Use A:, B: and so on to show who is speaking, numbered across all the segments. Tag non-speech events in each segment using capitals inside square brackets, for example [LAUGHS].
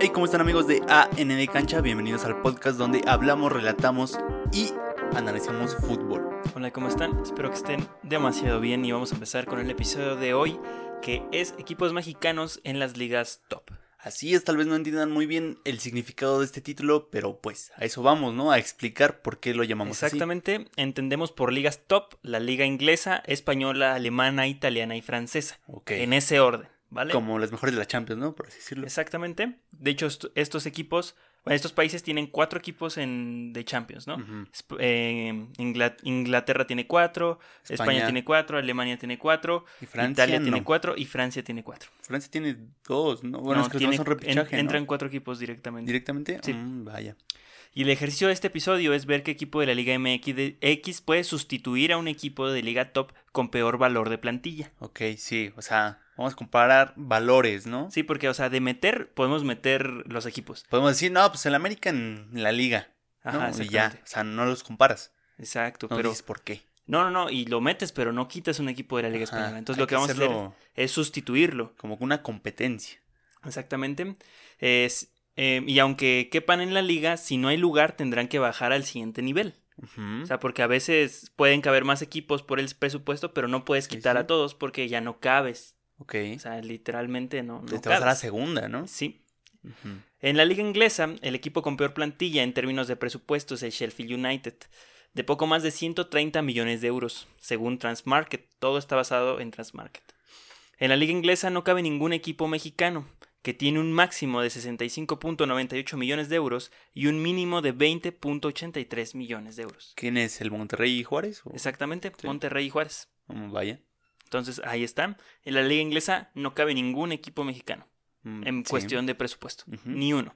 A: Hey, ¿cómo están amigos de ANB Cancha? Bienvenidos al podcast donde hablamos, relatamos y analizamos fútbol.
B: Hola, ¿cómo están? Espero que estén demasiado bien y vamos a empezar con el episodio de hoy que es equipos mexicanos en las ligas top.
A: Así es, tal vez no entiendan muy bien el significado de este título, pero pues a eso vamos, ¿no? A explicar por qué lo llamamos así.
B: Exactamente, entendemos por ligas top la liga inglesa, española, alemana, italiana y francesa.
A: Ok.
B: En ese orden, ¿vale?
A: Como las mejores de la Champions, ¿no? Por así decirlo.
B: Exactamente. De hecho, est- estos equipos, bueno, estos países tienen cuatro equipos en, de Champions, ¿no?
A: Ujú.
B: Esp- eh, Ingla- Inglaterra tiene cuatro, España.
A: España.
B: tiene cuatro, Alemania tiene cuatro,
A: Y Francia
B: Italia
A: no.
B: tiene cuatro y Francia tiene cuatro.
A: Francia tiene dos, ¿no? Bueno,
B: No,
A: es que
B: tiene-
A: los demás son repechaje,
B: en-
A: ¿no?
B: Entran cuatro equipos directamente.
A: directamente.
B: Sí.
A: Mm, vaya.
B: Y el ejercicio de este episodio es ver qué equipo de la Liga MX de- X puede sustituir a un equipo de Liga Top con peor valor de plantilla.
A: Ok, sí, o sea, vamos a comparar valores, ¿no?
B: Sí, porque, o sea, de meter, podemos meter los equipos.
A: Podemos decir, no, pues el América en la liga, ¿no?
B: Ajá,
A: y ya,
B: exactamente.
A: o sea, no los comparas,
B: Exacto,
A: no
B: pero.
A: dices por qué.
B: No, no, no, y lo metes, pero no quitas un equipo de la Liga
A: Ajá,
B: Española. Entonces,
A: hay
B: lo que vamos a hacer
A: hacerlo
B: es sustituirlo.
A: como una competencia.
B: Exactamente. Es, eh, y aunque quepan en la liga, si no hay lugar, tendrán que bajar al siguiente nivel.
A: Ujú.
B: O sea, porque a veces pueden caber más equipos por el presupuesto, pero no puedes
A: Sí,
B: quitar
A: sí.
B: a todos porque ya no cabes.
A: ok.
B: O sea, literalmente no. no
A: Te vas a la
B: cabes.
A: segunda, ¿no?
B: Sí.
A: Ujú.
B: En la liga inglesa, el equipo con peor plantilla en términos de presupuesto es el Sheffield United, de poco más de 130 millones de euros, según Transmarket. Todo está basado en Transmarket. En la liga inglesa no cabe ningún equipo mexicano, que tiene un máximo de 65.98 millones de euros y un mínimo de 20.83 millones de euros.
A: ¿Quién es? ¿El Monterrey y Juárez? o-
B: Exactamente,
A: Sí.
B: Monterrey y Juárez.
A: Mm, Vaya.
B: Entonces, ahí están. En la liga inglesa no cabe ningún equipo mexicano
A: Mm,
B: en
A: sí.
B: cuestión de presupuesto.
A: Ujú.
B: Ni uno.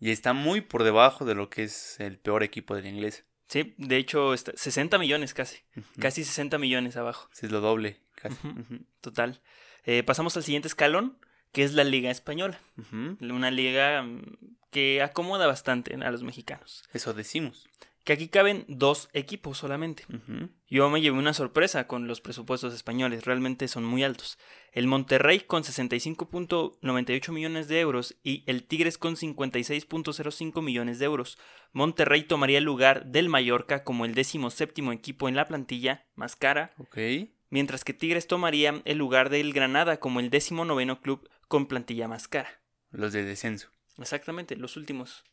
A: Y está muy por debajo de lo que es el peor equipo del inglés.
B: Sí, de hecho, está- 60 millones casi.
A: Ujú.
B: Casi 60 millones abajo,
A: Es lo doble, casi.
B: Ujú.
A: Ujú.
B: total. Eh, pasamos al siguiente escalón, que es la Liga Española.
A: Ujú.
B: Una liga mm, que acomoda bastante a los mexicanos.
A: Eso decimos.
B: Que aquí caben dos equipos solamente.
A: Ujú.
B: Yo me llevé una sorpresa con los presupuestos españoles, realmente son muy altos. El Monterrey con 65.98 millones de euros y el Tigres con 56.05 millones de euros. Monterrey tomaría el lugar del Mallorca como el décimo séptimo equipo en la plantilla más cara
A: Ok.
B: mientras que Tigres tomaría el lugar del Granada como el décimo noveno club con plantilla más cara.
A: Los de descenso.
B: Exactamente, los últimos,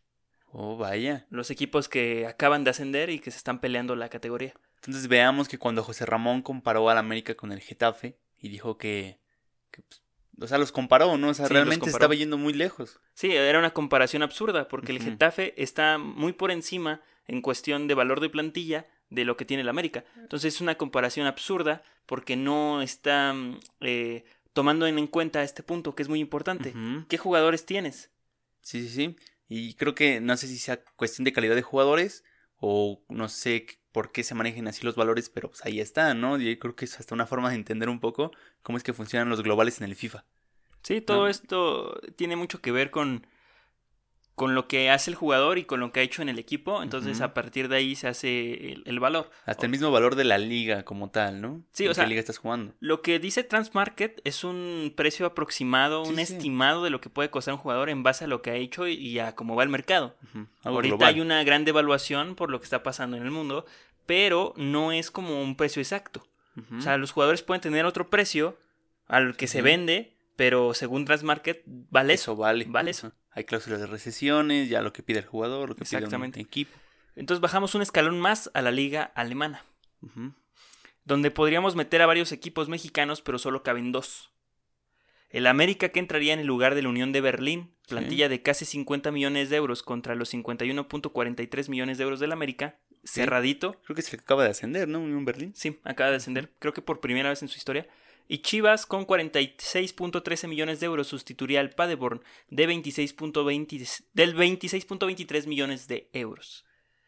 A: Oh, vaya.
B: los equipos que acaban de ascender y que se están peleando la categoría.
A: Entonces veamos que cuando José Ramón comparó al América con el Getafe y dijo que, que, pues, o sea, los comparó, ¿no? O sea,
B: Sí, los
A: realmente
B: comparó.
A: estaba yendo muy lejos.
B: Sí, era una comparación absurda porque el
A: Ujú.
B: Getafe está muy por encima en cuestión de valor de plantilla de lo que tiene el América. Entonces es una comparación absurda porque no está mm, eh, tomando en cuenta este punto que es muy importante.
A: Ujú.
B: ¿Qué jugadores tienes?
A: Sí, sí, sí. Y creo que no sé si sea cuestión de calidad de jugadores o no sé qué- por qué se manejen así los valores, pero pues ahí está, ¿no? Y creo que es hasta una forma de entender un poco cómo es que funcionan los globales en el FIFA.
B: Sí, todo
A: No.
B: esto tiene mucho que ver con, con lo que hace el jugador y con lo que ha hecho en el equipo. Entonces,
A: Ujú.
B: a partir de ahí se hace el, el valor.
A: Hasta el mismo valor de la liga como tal, ¿no?
B: Sí, o
A: ¿En
B: sea,
A: qué liga estás jugando?
B: Lo que dice Transmarket es un precio aproximado,
A: Sí,
B: un
A: sí.
B: estimado de lo que puede costar un jugador en base a lo que ha hecho y, y a cómo va el mercado.
A: Ujú. Algo
B: Ahorita
A: global.
B: hay una gran devaluación por lo que está pasando en el mundo, pero no es como un precio exacto.
A: Ujú.
B: O sea, los jugadores pueden tener otro precio al que
A: Sí,
B: se
A: sí.
B: vende, pero según Transmarket vale eso.
A: Eso vale.
B: vale eso.
A: Ajá. Hay cláusulas de recesiones, ya lo que pide el jugador, lo que pide un
B: Exactamente.
A: equipo.
B: Entonces bajamos un escalón más a la liga alemana,
A: Ujú.
B: donde podríamos meter a varios equipos mexicanos, pero solo caben dos. El América que entraría en el lugar de la Unión de Berlín, plantilla de casi 50 millones de euros contra los 51.43 millones de euros del América, cerradito,
A: Creo que es el que acaba de ascender, ¿no? Unión Berlín.
B: sí, acaba de ascender, creo que por primera vez en su historia. Y Chivas con 46.13 millones de euros sustituiría al Padeborn de 26.20 del 26.23 millones de euros.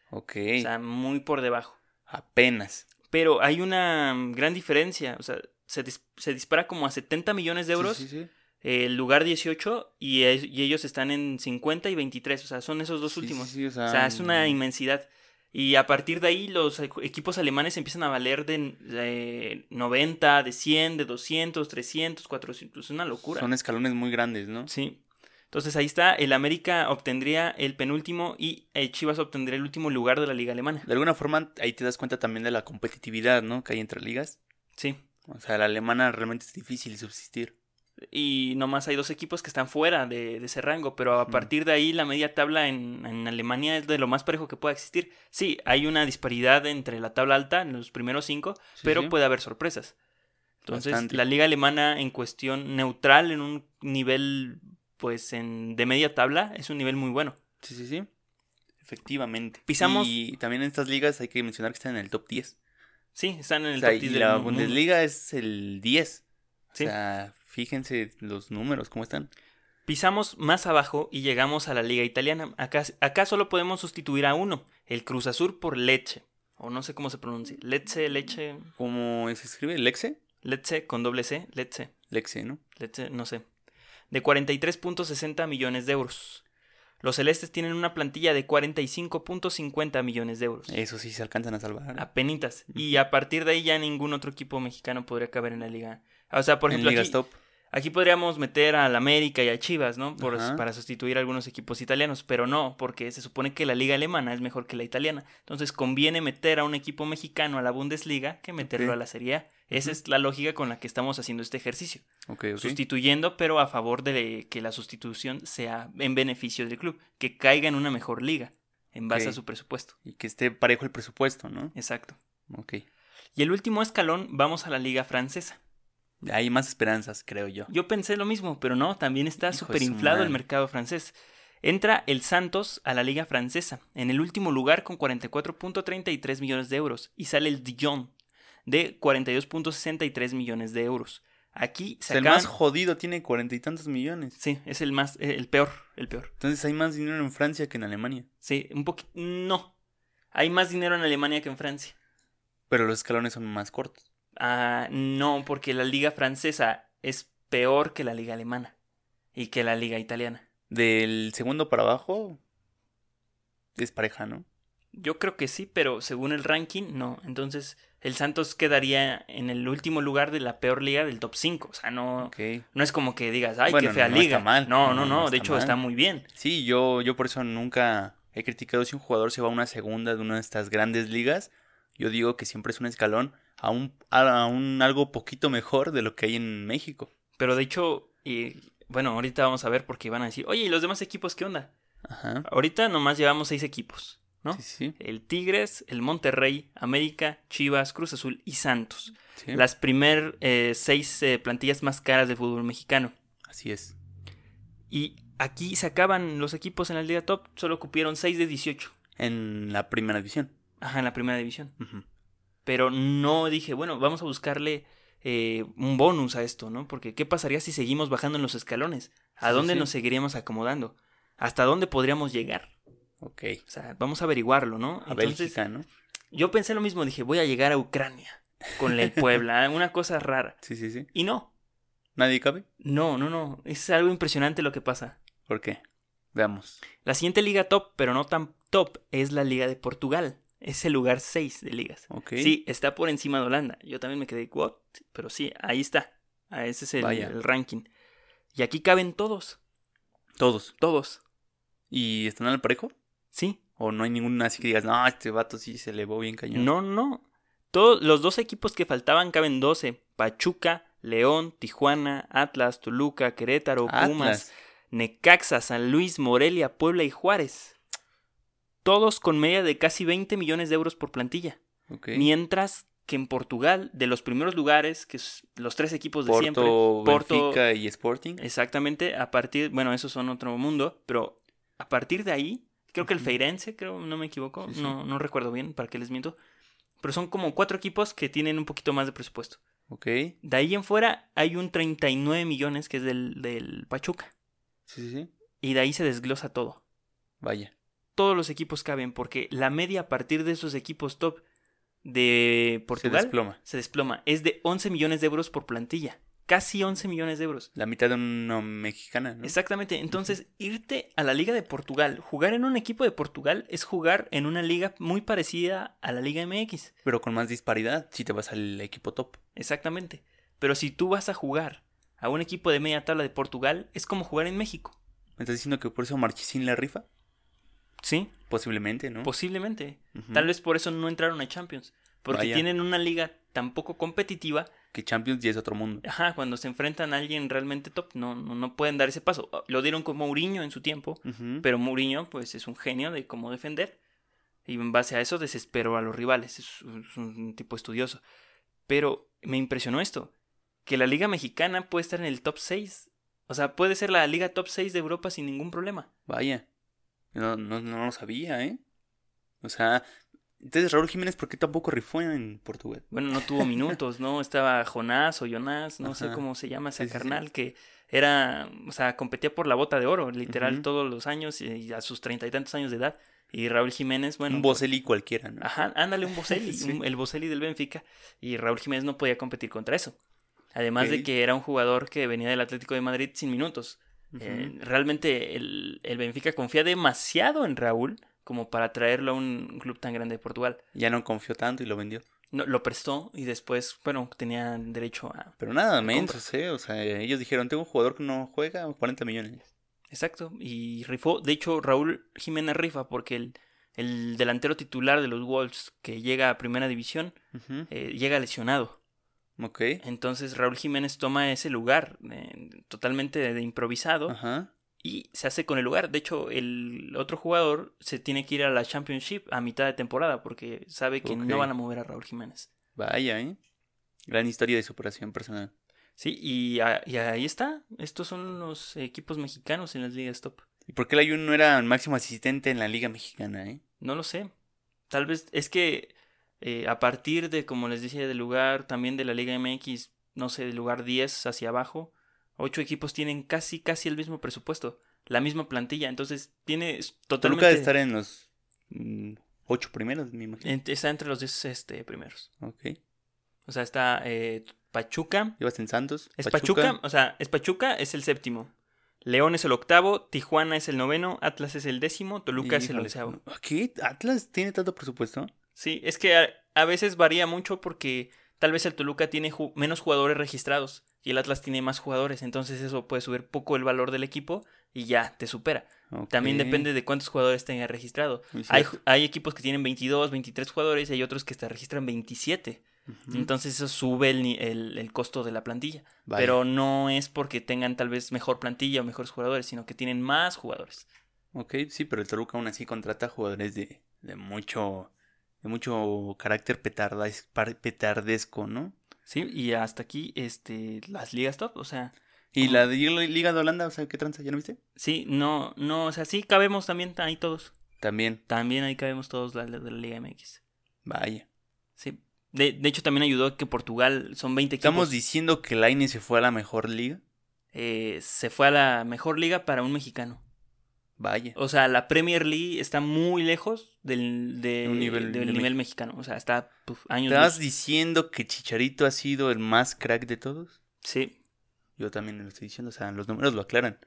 A: Ok.
B: O sea, muy por debajo.
A: Apenas.
B: Pero hay una mm, gran diferencia. O sea, se, dis- se dispara como a 70 millones de
A: Sí,
B: euros,
A: sí, sí.
B: eh, el lugar 18, y, es- y ellos están en 50 y 23. O sea, son esos dos
A: Sí, sí,
B: últimos.
A: sí, Ah. o sea,
B: O sea, es una inmensidad. Y a partir de ahí, los equ- equipos alemanes empiezan a valer de, de 90, de 100, de 200, 300, 400. Es una locura.
A: Son escalones muy grandes, ¿no?
B: Sí. Entonces ahí está, el América obtendría el penúltimo y el Chivas obtendría el último lugar de la liga alemana.
A: De alguna forma, ahí te das cuenta también de la competitividad, ¿no? Que hay entre ligas.
B: Sí.
A: O sea, la alemana realmente es difícil subsistir.
B: Y nomás hay dos equipos que están fuera de, de ese rango, pero a
A: Mm.
B: partir de ahí la media tabla en, en Alemania es de lo más parejo que pueda existir. Sí, hay una disparidad entre la tabla alta, en los primeros cinco,
A: Sí,
B: pero pues
A: sí.
B: puede haber sorpresas. Entonces,
A: Bastante.
B: la liga alemana en cuestión neutral, en un nivel, pues, en, de media tabla, es un nivel muy bueno.
A: Sí, sí, sí. Efectivamente.
B: Pisamos-
A: Y también en estas ligas hay que mencionar que están en el top 10.
B: Sí, están en
A: O
B: el
A: sea,
B: top
A: y
B: 10 del
A: la
B: mundo.
A: Bundesliga es el 10.
B: Sí.
A: O sea, fíjense los números, cómo están.
B: Pisamos más abajo y llegamos a la liga italiana. Acá, acá solo podemos sustituir a uno, el Cruz Azul por Leche. O no sé cómo se pronuncia. Leche, Leche,
A: ¿Cómo se escribe? ¿Lexe?
B: Leche con doble C, Leche,
A: Lexe, ¿no?
B: Leche, no sé. De 43.60 millones de euros. Los celestes tienen una plantilla de 45.50 millones de euros.
A: Eso sí se alcanzan a salvar.
B: Ah, Apenitas. Y a partir de ahí ya ningún otro equipo mexicano podría caber en la liga. O sea, por
A: en
B: ejemplo,
A: ligas
B: aquí,
A: top.
B: Aquí podríamos meter al América y a Chivas, ¿no? Por-
A: Ajá.
B: para sustituir a algunos equipos italianos, pero no, porque se supone que la liga alemana es mejor que la italiana. Entonces conviene meter a un equipo mexicano a la Bundesliga que meterlo
A: Ok.
B: a la Serie A. Esa es la lógica con la que estamos haciendo este ejercicio.
A: Ok, ok.
B: Sustituyendo, pero a favor de que la sustitución sea en beneficio del club, que caiga en una mejor liga, en base
A: Ok.
B: a su presupuesto.
A: Y que esté parejo el presupuesto, ¿no?
B: Exacto.
A: Ok.
B: Y el último escalón, vamos a la liga francesa.
A: Hay más esperanzas, creo yo.
B: Yo pensé lo mismo, pero no, también está
A: Hijo de su
B: súper inflado el
A: madre.
B: mercado francés. Entra el Santos a la liga francesa, en el último lugar con 44.33 millones de euros, y sale el Dijon de 42.63 millones de euros. Aquí
A: O
B: se
A: sea, el
B: acaban-
A: más jodido tiene cuarenta y tantos millones.
B: Sí, es el más, eh, el peor, el peor.
A: Entonces hay más dinero en Francia que en Alemania.
B: Sí, un poquito, no. Hay más dinero en Alemania que en Francia.
A: Pero los escalones son más cortos.
B: Ah, no, porque la liga francesa es peor que la liga alemana y que la liga italiana.
A: Del segundo para abajo es pareja, ¿no?
B: Yo creo que sí, pero según el ranking, no. Entonces, el Santos quedaría en el último lugar de la peor liga del top 5. O sea, no,
A: Ok.
B: no es como que digas, ay,
A: Bueno,
B: qué fea
A: no
B: liga.
A: está mal.
B: No,
A: No,
B: no, no.
A: no está
B: de hecho,
A: mal.
B: está muy bien.
A: Sí, yo, yo por eso nunca he criticado si un jugador se va a una segunda de una de estas grandes ligas. Yo digo que siempre es un escalón a un, a un algo poquito mejor de lo que hay en México.
B: Pero de hecho, eh, bueno, ahorita vamos a ver porque van a decir, oye, ¿y los demás equipos qué onda?
A: Ajá.
B: Ahorita nomás llevamos seis equipos, ¿no?
A: Sí, sí,
B: El Tigres, el Monterrey, América, Chivas, Cruz Azul y Santos.
A: sí.
B: Las primer eh, seis eh, plantillas más caras del fútbol mexicano.
A: Así es.
B: Y aquí se acaban los equipos en la Liga Top, solo cupieron 6 de 18.
A: En la primera división.
B: Ajá, en la primera división.
A: Ujú.
B: Pero no dije, bueno, vamos a buscarle eh, un bonus a esto, ¿no? Porque ¿qué pasaría si seguimos bajando en los escalones? ¿A
A: Sí,
B: dónde
A: sí.
B: nos seguiríamos acomodando? ¿Hasta dónde podríamos llegar?
A: Ok.
B: O sea, vamos a averiguarlo, ¿no?
A: A
B: Entonces,
A: Bélgica, ¿no?
B: yo pensé lo mismo, dije, voy a llegar a Ucrania con el Puebla, [LAUGHS] una cosa rara.
A: Sí, sí, sí.
B: Y no,
A: ¿Nadie cabe?
B: no, no, no, es algo impresionante lo que pasa.
A: ¿Por qué? Veamos.
B: La siguiente liga top, pero no tan top, es la Liga de Portugal. Es el lugar 6 de ligas.
A: Ok.
B: Sí, está por encima de Holanda. Yo también me quedé, ¿what? Pero sí, ahí está. Ah, Ese es el,
A: Vaya.
B: el ranking. Y aquí caben todos,
A: Todos.
B: todos.
A: ¿Y están al parejo?
B: ¿Sí?
A: ¿O no hay ninguna así que digas, no, este vato sí se elevó bien cañón?
B: No, no. Todos, los dos equipos que faltaban caben 12. Pachuca, León, Tijuana, Atlas, Toluca, Querétaro, Pumas,
A: Atlas.
B: Necaxa, San Luis, Morelia, Puebla y Juárez. Todos con media de casi 20 millones de euros por plantilla.
A: Ok.
B: Mientras que en Portugal, de los primeros lugares, que es los tres equipos de
A: Porto,
B: siempre,
A: Benfica y Sporting.
B: exactamente, a partir, bueno, esos son otro mundo, pero a partir de ahí, creo que el
A: Ujú.
B: Feirense, creo, no me equivoco,
A: Sí, sí.
B: No, no recuerdo bien, para qué les miento, pero son como cuatro equipos que tienen un poquito más de presupuesto.
A: Ok. Sí,
B: De ahí en fuera hay un 39 millones que es del, del Pachuca,
A: sí, sí.
B: y de ahí se desglosa todo.
A: Vaya.
B: Todos los equipos caben, porque la media a partir de esos equipos top
A: Se
B: de Portugal
A: desploma.
B: se desploma. Es de 11 millones de euros por plantilla. Casi 11 millones de euros.
A: La mitad de una mexicana, ¿no?
B: Exactamente. Entonces, irte a la Liga de Portugal, jugar en un equipo de Portugal es jugar en una liga muy parecida a la Liga MX.
A: Pero con más disparidad si te vas al equipo top.
B: Exactamente. Pero si tú vas a jugar a un equipo de media tabla de Portugal, es como jugar en México.
A: ¿Me estás diciendo que por eso Marchesín la rifa?
B: Sí,
A: Posiblemente, ¿no?
B: posiblemente.
A: Ujú.
B: Pues, Tal vez por eso no entraron a Champions. Porque
A: Vaya.
B: tienen una liga tan poco competitiva.
A: Que Champions ya es otro mundo.
B: Ajá, cuando se enfrentan a alguien realmente top, no, no, no pueden dar ese paso. Lo dieron con Mourinho en su tiempo.
A: Ujú.
B: Pero Mourinho, pues, es un genio de cómo defender. Y en base a eso desesperó a los rivales. Es un, es un tipo estudioso. Pero me impresionó esto. Que la Liga Mexicana puede estar en el top 6. O sea, puede ser la Liga top 6 de Europa sin ningún problema.
A: Vaya. No, no, no lo sabía, ¿eh? O sea, entonces Raúl Jiménez, ¿por qué tampoco rifó en Portugal?
B: Bueno, no tuvo minutos, ¿no? Estaba Jonás o Jonás, no sé
A: Ajá.
B: cómo se llama ese
A: Sí, sí, sí.
B: carnal, que era, o sea, competía por la bota de oro, literal,
A: Ujú.
B: todos los años, y y a sus treinta y tantos años de edad. Y Raúl Jiménez, bueno, ah,
A: un Boselli cualquiera, ¿no?
B: Ajá, ándale un Boselli,
A: [LAUGHS] Sí.
B: un- el Boselli del Benfica. Y Raúl Jiménez no podía competir contra eso. Además de
A: Ok.
B: que era un jugador que venía del Atlético de Madrid sin minutos.
A: Ujú.
B: Eh, realmente el, el Benfica confía demasiado en Raúl como para traerlo a un club tan grande de Portugal.
A: Ya no confió tanto y lo vendió.
B: No, lo prestó y después, bueno, tenía derecho a...
A: Pero nada,
B: compra.
A: mensos, ¿eh? O sea, ellos dijeron, tengo un jugador que no juega, 40 millones.
B: Exacto. Y rifó. De hecho, Raúl Jiménez rifa porque el, el delantero titular de los Wolves que llega a primera división
A: Ujú.
B: eh, llega lesionado.
A: Ok.
B: Entonces Raúl Jiménez toma ese lugar eh, totalmente de, de improvisado
A: Ajá.
B: y se hace con el lugar. De hecho, el otro jugador se tiene que ir a la Championship a mitad de temporada porque sabe que no
A: Ok.
B: van a mover a Raúl Jiménez.
A: Vaya, ¿eh? Gran historia de superación personal.
B: Sí, y, a- y ahí está. Estos son los equipos mexicanos en las ligas top.
A: ¿Y por qué el Ayun no era el máximo asistente en la Liga Mexicana, eh?
B: No lo sé. Tal vez es que eh, a partir de, como les decía, del lugar también de la Liga MX, no sé, del lugar 10 hacia abajo, ocho equipos tienen casi, casi el mismo presupuesto, la misma plantilla. Entonces tiene es
A: Toluca
B: totalmente... Eh.
A: debe estar en los mm, ocho primeros, me imagino.
B: en- está entre los 10 este, primeros.
A: Ok.
B: O sea, está eh, Pachuca.
A: Ibas en Santos.
B: Es Pachuca? o sea, es Pachuca, es el séptimo. León es el octavo, Tijuana es el noveno, Atlas es el décimo, Toluca es el
A: Híjole,
B: onceavo.
A: no. ¿Qué? ¿Atlas tiene tanto presupuesto?
B: Sí, es que a, a veces varía mucho porque tal vez el Toluca tiene ju- menos jugadores registrados y el Atlas tiene más jugadores, entonces eso puede subir poco el valor del equipo y ya te supera.
A: Ok.
B: También depende de cuántos jugadores tenga registrado.
A: Muy
B: Hay,
A: cierto.
B: ju- hay equipos que tienen 22, 23 jugadores y hay otros que te registran 27.
A: Ujú.
B: Entonces eso sube el, ni- el- el costo de la plantilla.
A: Vaya.
B: Pero no es porque tengan tal vez mejor plantilla o mejores jugadores, sino que tienen más jugadores.
A: Ok, sí, pero el Toluca aún así contrata jugadores de, de mucho de mucho carácter petardais- par- petardesco, ¿no?
B: Sí, y hasta aquí este, las ligas top, o sea...
A: Y
B: Ujú.
A: la de la Liga de Holanda, o sea, ¿qué tranza? ¿Ya no viste?
B: Sí, no, no, o sea, sí cabemos también ahí todos.
A: También,
B: También ahí cabemos todos la, la- de la Liga MX.
A: vaya.
B: Sí. De, de hecho, también ayudó que Portugal son 20 equipos.
A: ¿Estamos diciendo que Laine se fue a la mejor liga?
B: eh, se fue a la mejor liga para un mexicano.
A: Vaya.
B: O sea, la Premier League está muy lejos del, de-
A: De un nivel
B: del
A: de
B: nivel mexicano. O sea, está puf, años.
A: ¿Estás
B: luz.
A: diciendo que Chicharito ha sido el más crack de todos?
B: Sí,
A: Yo también lo estoy diciendo, o sea, los números lo aclaran.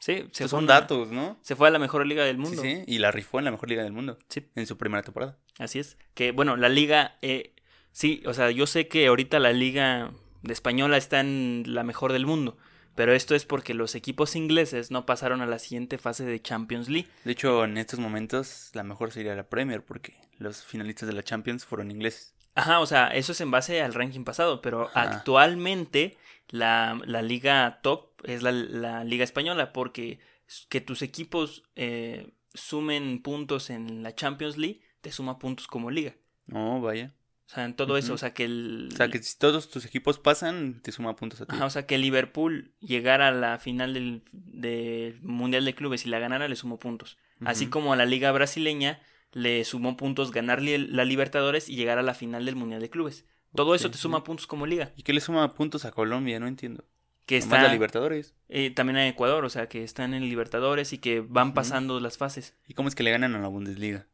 B: sí. Se
A: Estos
B: fue
A: Pues son
B: una-
A: datos, ¿no?
B: Se fue a la mejor liga del
A: Sí,
B: mundo.
A: sí, y la rifó en la mejor liga del mundo.
B: Sí.
A: En su primera temporada.
B: Así es. Que bueno, la liga, eh, sí, o sea, yo sé que ahorita la liga de española está en la mejor del mundo, pero esto es porque los equipos ingleses no pasaron a la siguiente fase de Champions League.
A: De hecho, en estos momentos, la mejor sería la Premier, porque los finalistas de la Champions fueron ingleses.
B: Ajá, o sea, eso es en base al ranking pasado, pero
A: Ajá.
B: actualmente la, la liga top es la, la liga española, porque s- que tus equipos eh, sumen puntos en la Champions League, te suma puntos como liga.
A: No, vaya.
B: O sea, en todo eso,
A: Ujú.
B: o sea, que el...
A: O sea, que si todos tus equipos pasan, te suma puntos a ti.
B: Ajá, o sea, que Liverpool llegara a la final del, del Mundial de Clubes y la ganara, le sumó puntos. Así
A: Ujú.
B: como a la Liga Brasileña le sumó puntos ganarle la Libertadores y llegar a la final del Mundial de Clubes. Todo eso
A: Ok,
B: te suma
A: sí.
B: puntos como liga.
A: ¿Y qué le suma puntos a Colombia? No entiendo.
B: Que
A: Nomás la
B: está
A: Libertadores.
B: eh, también en Ecuador, o sea, que están en Libertadores y que van
A: Ujú.
B: pasando las fases.
A: ¿Y cómo es que le ganan a la Bundesliga?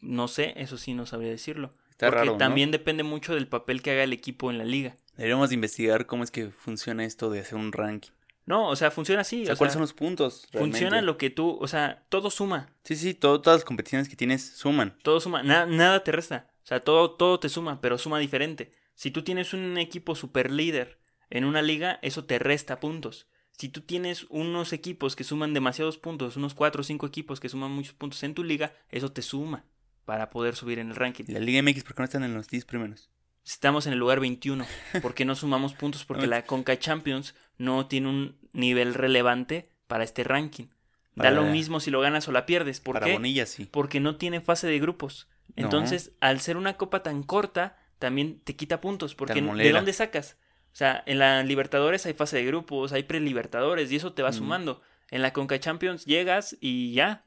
B: No sé, eso sí no sabría decirlo.
A: Está
B: porque
A: raro, ¿no?
B: también depende mucho del papel que haga el equipo en la liga.
A: Deberíamos de investigar cómo es que funciona esto de hacer un ranking.
B: No, o sea, funciona así.
A: O sea,
B: o
A: ¿cuáles
B: sea,
A: son los puntos? realmente?
B: funciona lo que tú, o sea, todo suma.
A: Sí, sí, todo- todas las competiciones que tienes suman.
B: Todo suma, na- nada te resta. O sea, todo, todo te suma, pero suma diferente. Si tú tienes un equipo super líder en una liga, eso te resta puntos. Si tú tienes unos equipos que suman demasiados puntos, unos 4 o 5 equipos que suman muchos puntos en tu liga, eso te suma para poder subir en el ranking.
A: La Liga MX, ¿por qué no están en los 10 primeros?
B: Estamos en el lugar 21. ¿Por qué no
A: [LAUGHS]
B: sumamos puntos? Porque la Conca Champions no tiene un nivel relevante para este ranking. Da
A: Para-
B: lo mismo si lo ganas o la pierdes. ¿Por
A: Para
B: qué?
A: Bonilla, sí.
B: Porque no tiene fase de grupos.
A: No.
B: Entonces, al ser una copa tan corta, también te quita puntos. Porque ¿de
A: armolera.
B: dónde sacas? O sea, en la Libertadores hay fase de grupos, hay prelibertadores y eso te va
A: Mm.
B: sumando. En la Conca Champions llegas y ya.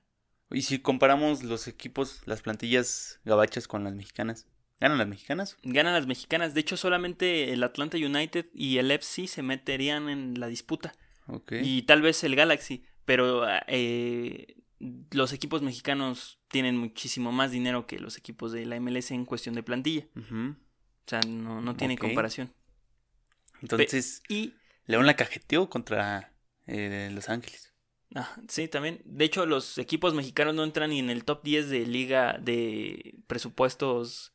A: Y si comparamos los equipos, las plantillas gabachas con las mexicanas, ¿ganan las mexicanas?
B: Ganan las mexicanas. De hecho, solamente el Atlanta United y el FC se meterían en la disputa.
A: Ok.
B: Y tal vez el Galaxy, pero eh, los equipos mexicanos tienen muchísimo más dinero que los equipos de la MLS en cuestión de plantilla.
A: Ujú.
B: O sea, no, no tiene
A: Ok.
B: comparación.
A: Entonces,
B: Y,
A: León la cajeteó contra eh, Los Ángeles.
B: ah, sí, también. De hecho, los equipos mexicanos no entran ni en el top 10 de liga de presupuestos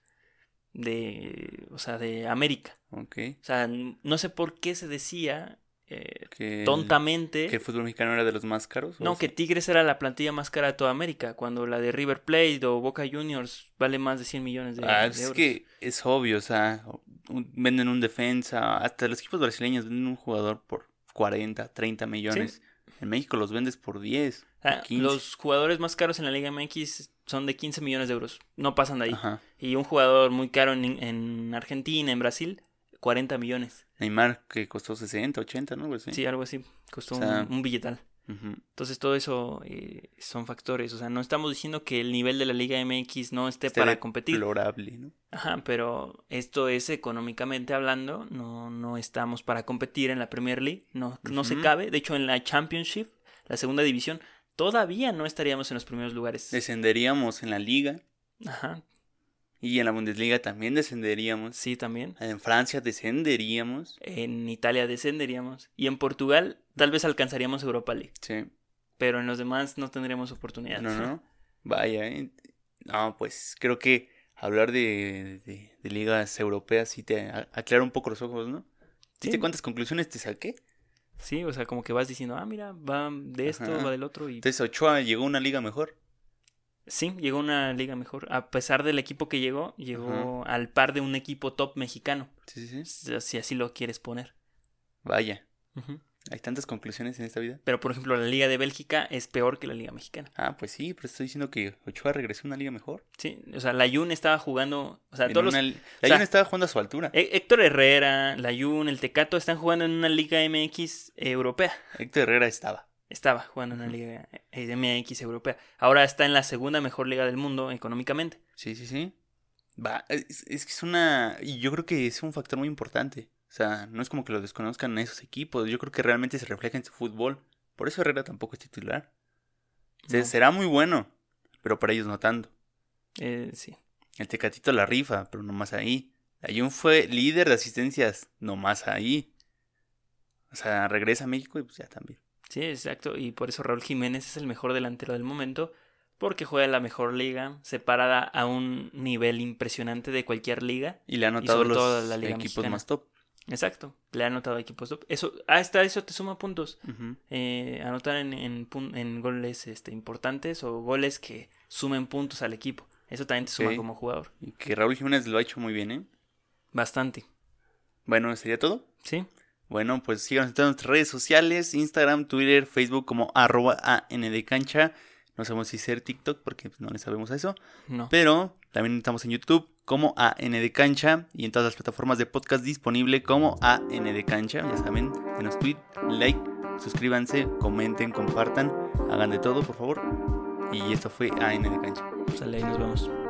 B: de, o sea, de América.
A: Ok.
B: O sea, n- no sé por qué se decía eh,
A: Que el-
B: tontamente
A: ¿Que el fútbol mexicano era de los más caros? o
B: No,
A: sea,
B: que Tigres era la plantilla más cara de toda América, cuando la de River Plate o Boca Juniors vale más de 100 millones de,
A: Ah,
B: de
A: pues es
B: euros.
A: que es obvio, o sea, un- venden un defensa, hasta los equipos brasileños venden un jugador por 40, 30 millones. En México los vendes por 10.
B: O sea,
A: 15.
B: los jugadores más caros en la Liga MX son de 15 millones de euros, no pasan de ahí.
A: Ajá.
B: Y un jugador muy caro en, en Argentina, en Brasil, 40 millones.
A: Neymar que costó 60, 80, ¿no? Algo así.
B: Sí, algo así, costó
A: O sea,
B: un, un billetal.
A: Ujú.
B: Entonces todo eso eh, son factores, o sea, no estamos diciendo que el nivel de la Liga MX no esté
A: Este
B: para competir.
A: deplorable, ¿no?
B: Ajá, pero esto es económicamente hablando, no, no estamos para competir en la Premier League, no, no se
A: Ujú.
B: cabe, de hecho en la Championship, la segunda división, todavía no estaríamos en los primeros lugares.
A: Descenderíamos en la liga
B: Ajá,
A: y en la Bundesliga también descenderíamos.
B: sí también.
A: En Francia descenderíamos.
B: En Italia descenderíamos y en Portugal tal vez alcanzaríamos Europa League,
A: Sí.
B: pero en los demás no tendríamos oportunidades.
A: No, no. Vaya, ¿eh? No, pues creo que hablar de, de- de ligas europeas sí te a- aclara un poco los ojos, ¿no? ¿Viste
B: Sí.
A: cuántas conclusiones te saqué?
B: Sí, o sea, como que vas diciendo, ah, mira, va de esto,
A: Ajá.
B: va del otro y...
A: Entonces Ochoa llegó a una liga mejor.
B: Sí, llegó a una liga mejor. A pesar del equipo que llegó, llegó al par de un equipo top mexicano.
A: Sí, sí, sí.
B: si así lo quieres poner.
A: Vaya, hay tantas conclusiones en esta vida.
B: Pero por ejemplo, la Liga de Bélgica es peor que la Liga Mexicana.
A: Ah, pues sí, pero estoy diciendo que Ochoa regresó a una liga mejor.
B: Sí, o sea, la Jun estaba jugando, o sea,
A: En
B: todos los-
A: una li- La
B: o sea, Eh
A: Jun estaba jugando a su altura.
B: Hé- Héctor Herrera, la Jun, el Tecato están jugando en una Liga MX europea.
A: Héctor Herrera estaba.
B: Estaba jugando en una
A: Ujú.
B: Liga eh, MX europea. Ahora está en la segunda mejor liga del mundo económicamente.
A: Sí, sí, sí. Va, es, es que es una. y Yo creo que es un factor muy importante. O sea, no es como que lo desconozcan esos equipos. Yo creo que realmente se refleja en su fútbol. Por eso Herrera tampoco es titular. O sea,
B: No,
A: Será muy bueno, pero para ellos no tanto.
B: eh, sí.
A: El Tecatito la rifa, pero nomás ahí. Ayun fue líder de asistencias, nomás ahí. O sea, regresa a México y pues ya también.
B: Sí, exacto. Y por eso Raúl Jiménez es el mejor delantero del momento. Porque juega en la mejor liga, separada a un nivel impresionante de cualquier liga.
A: Y le han anotado
B: sobre todo a
A: los
B: la Liga
A: equipos
B: Mexicana.
A: más top.
B: Exacto, le ha anotado a equipos top. Eso, hasta eso te suma puntos.
A: Ujú.
B: Eh, anotar en, en pun- en goles este, importantes o goles que sumen puntos al equipo. Eso también te suma
A: Ok.
B: como jugador.
A: Y que Raúl Jiménez lo ha hecho muy bien, ¿eh?
B: Bastante.
A: Bueno, sería todo.
B: ¿Sí?
A: Bueno, pues síganos en todas nuestras redes sociales, Instagram, Twitter, Facebook como arroba ANDcancha. No sabemos si ser TikTok porque pues, no le sabemos a eso.
B: No.
A: Pero también estamos en YouTube como ANDcancha y en todas las plataformas de podcast disponible como ANDcancha. Ya saben, denos tweet, like, suscríbanse, comenten, compartan, hagan de todo, por favor. Y esto fue ANDcancha.
B: Sale, ahí nos vemos.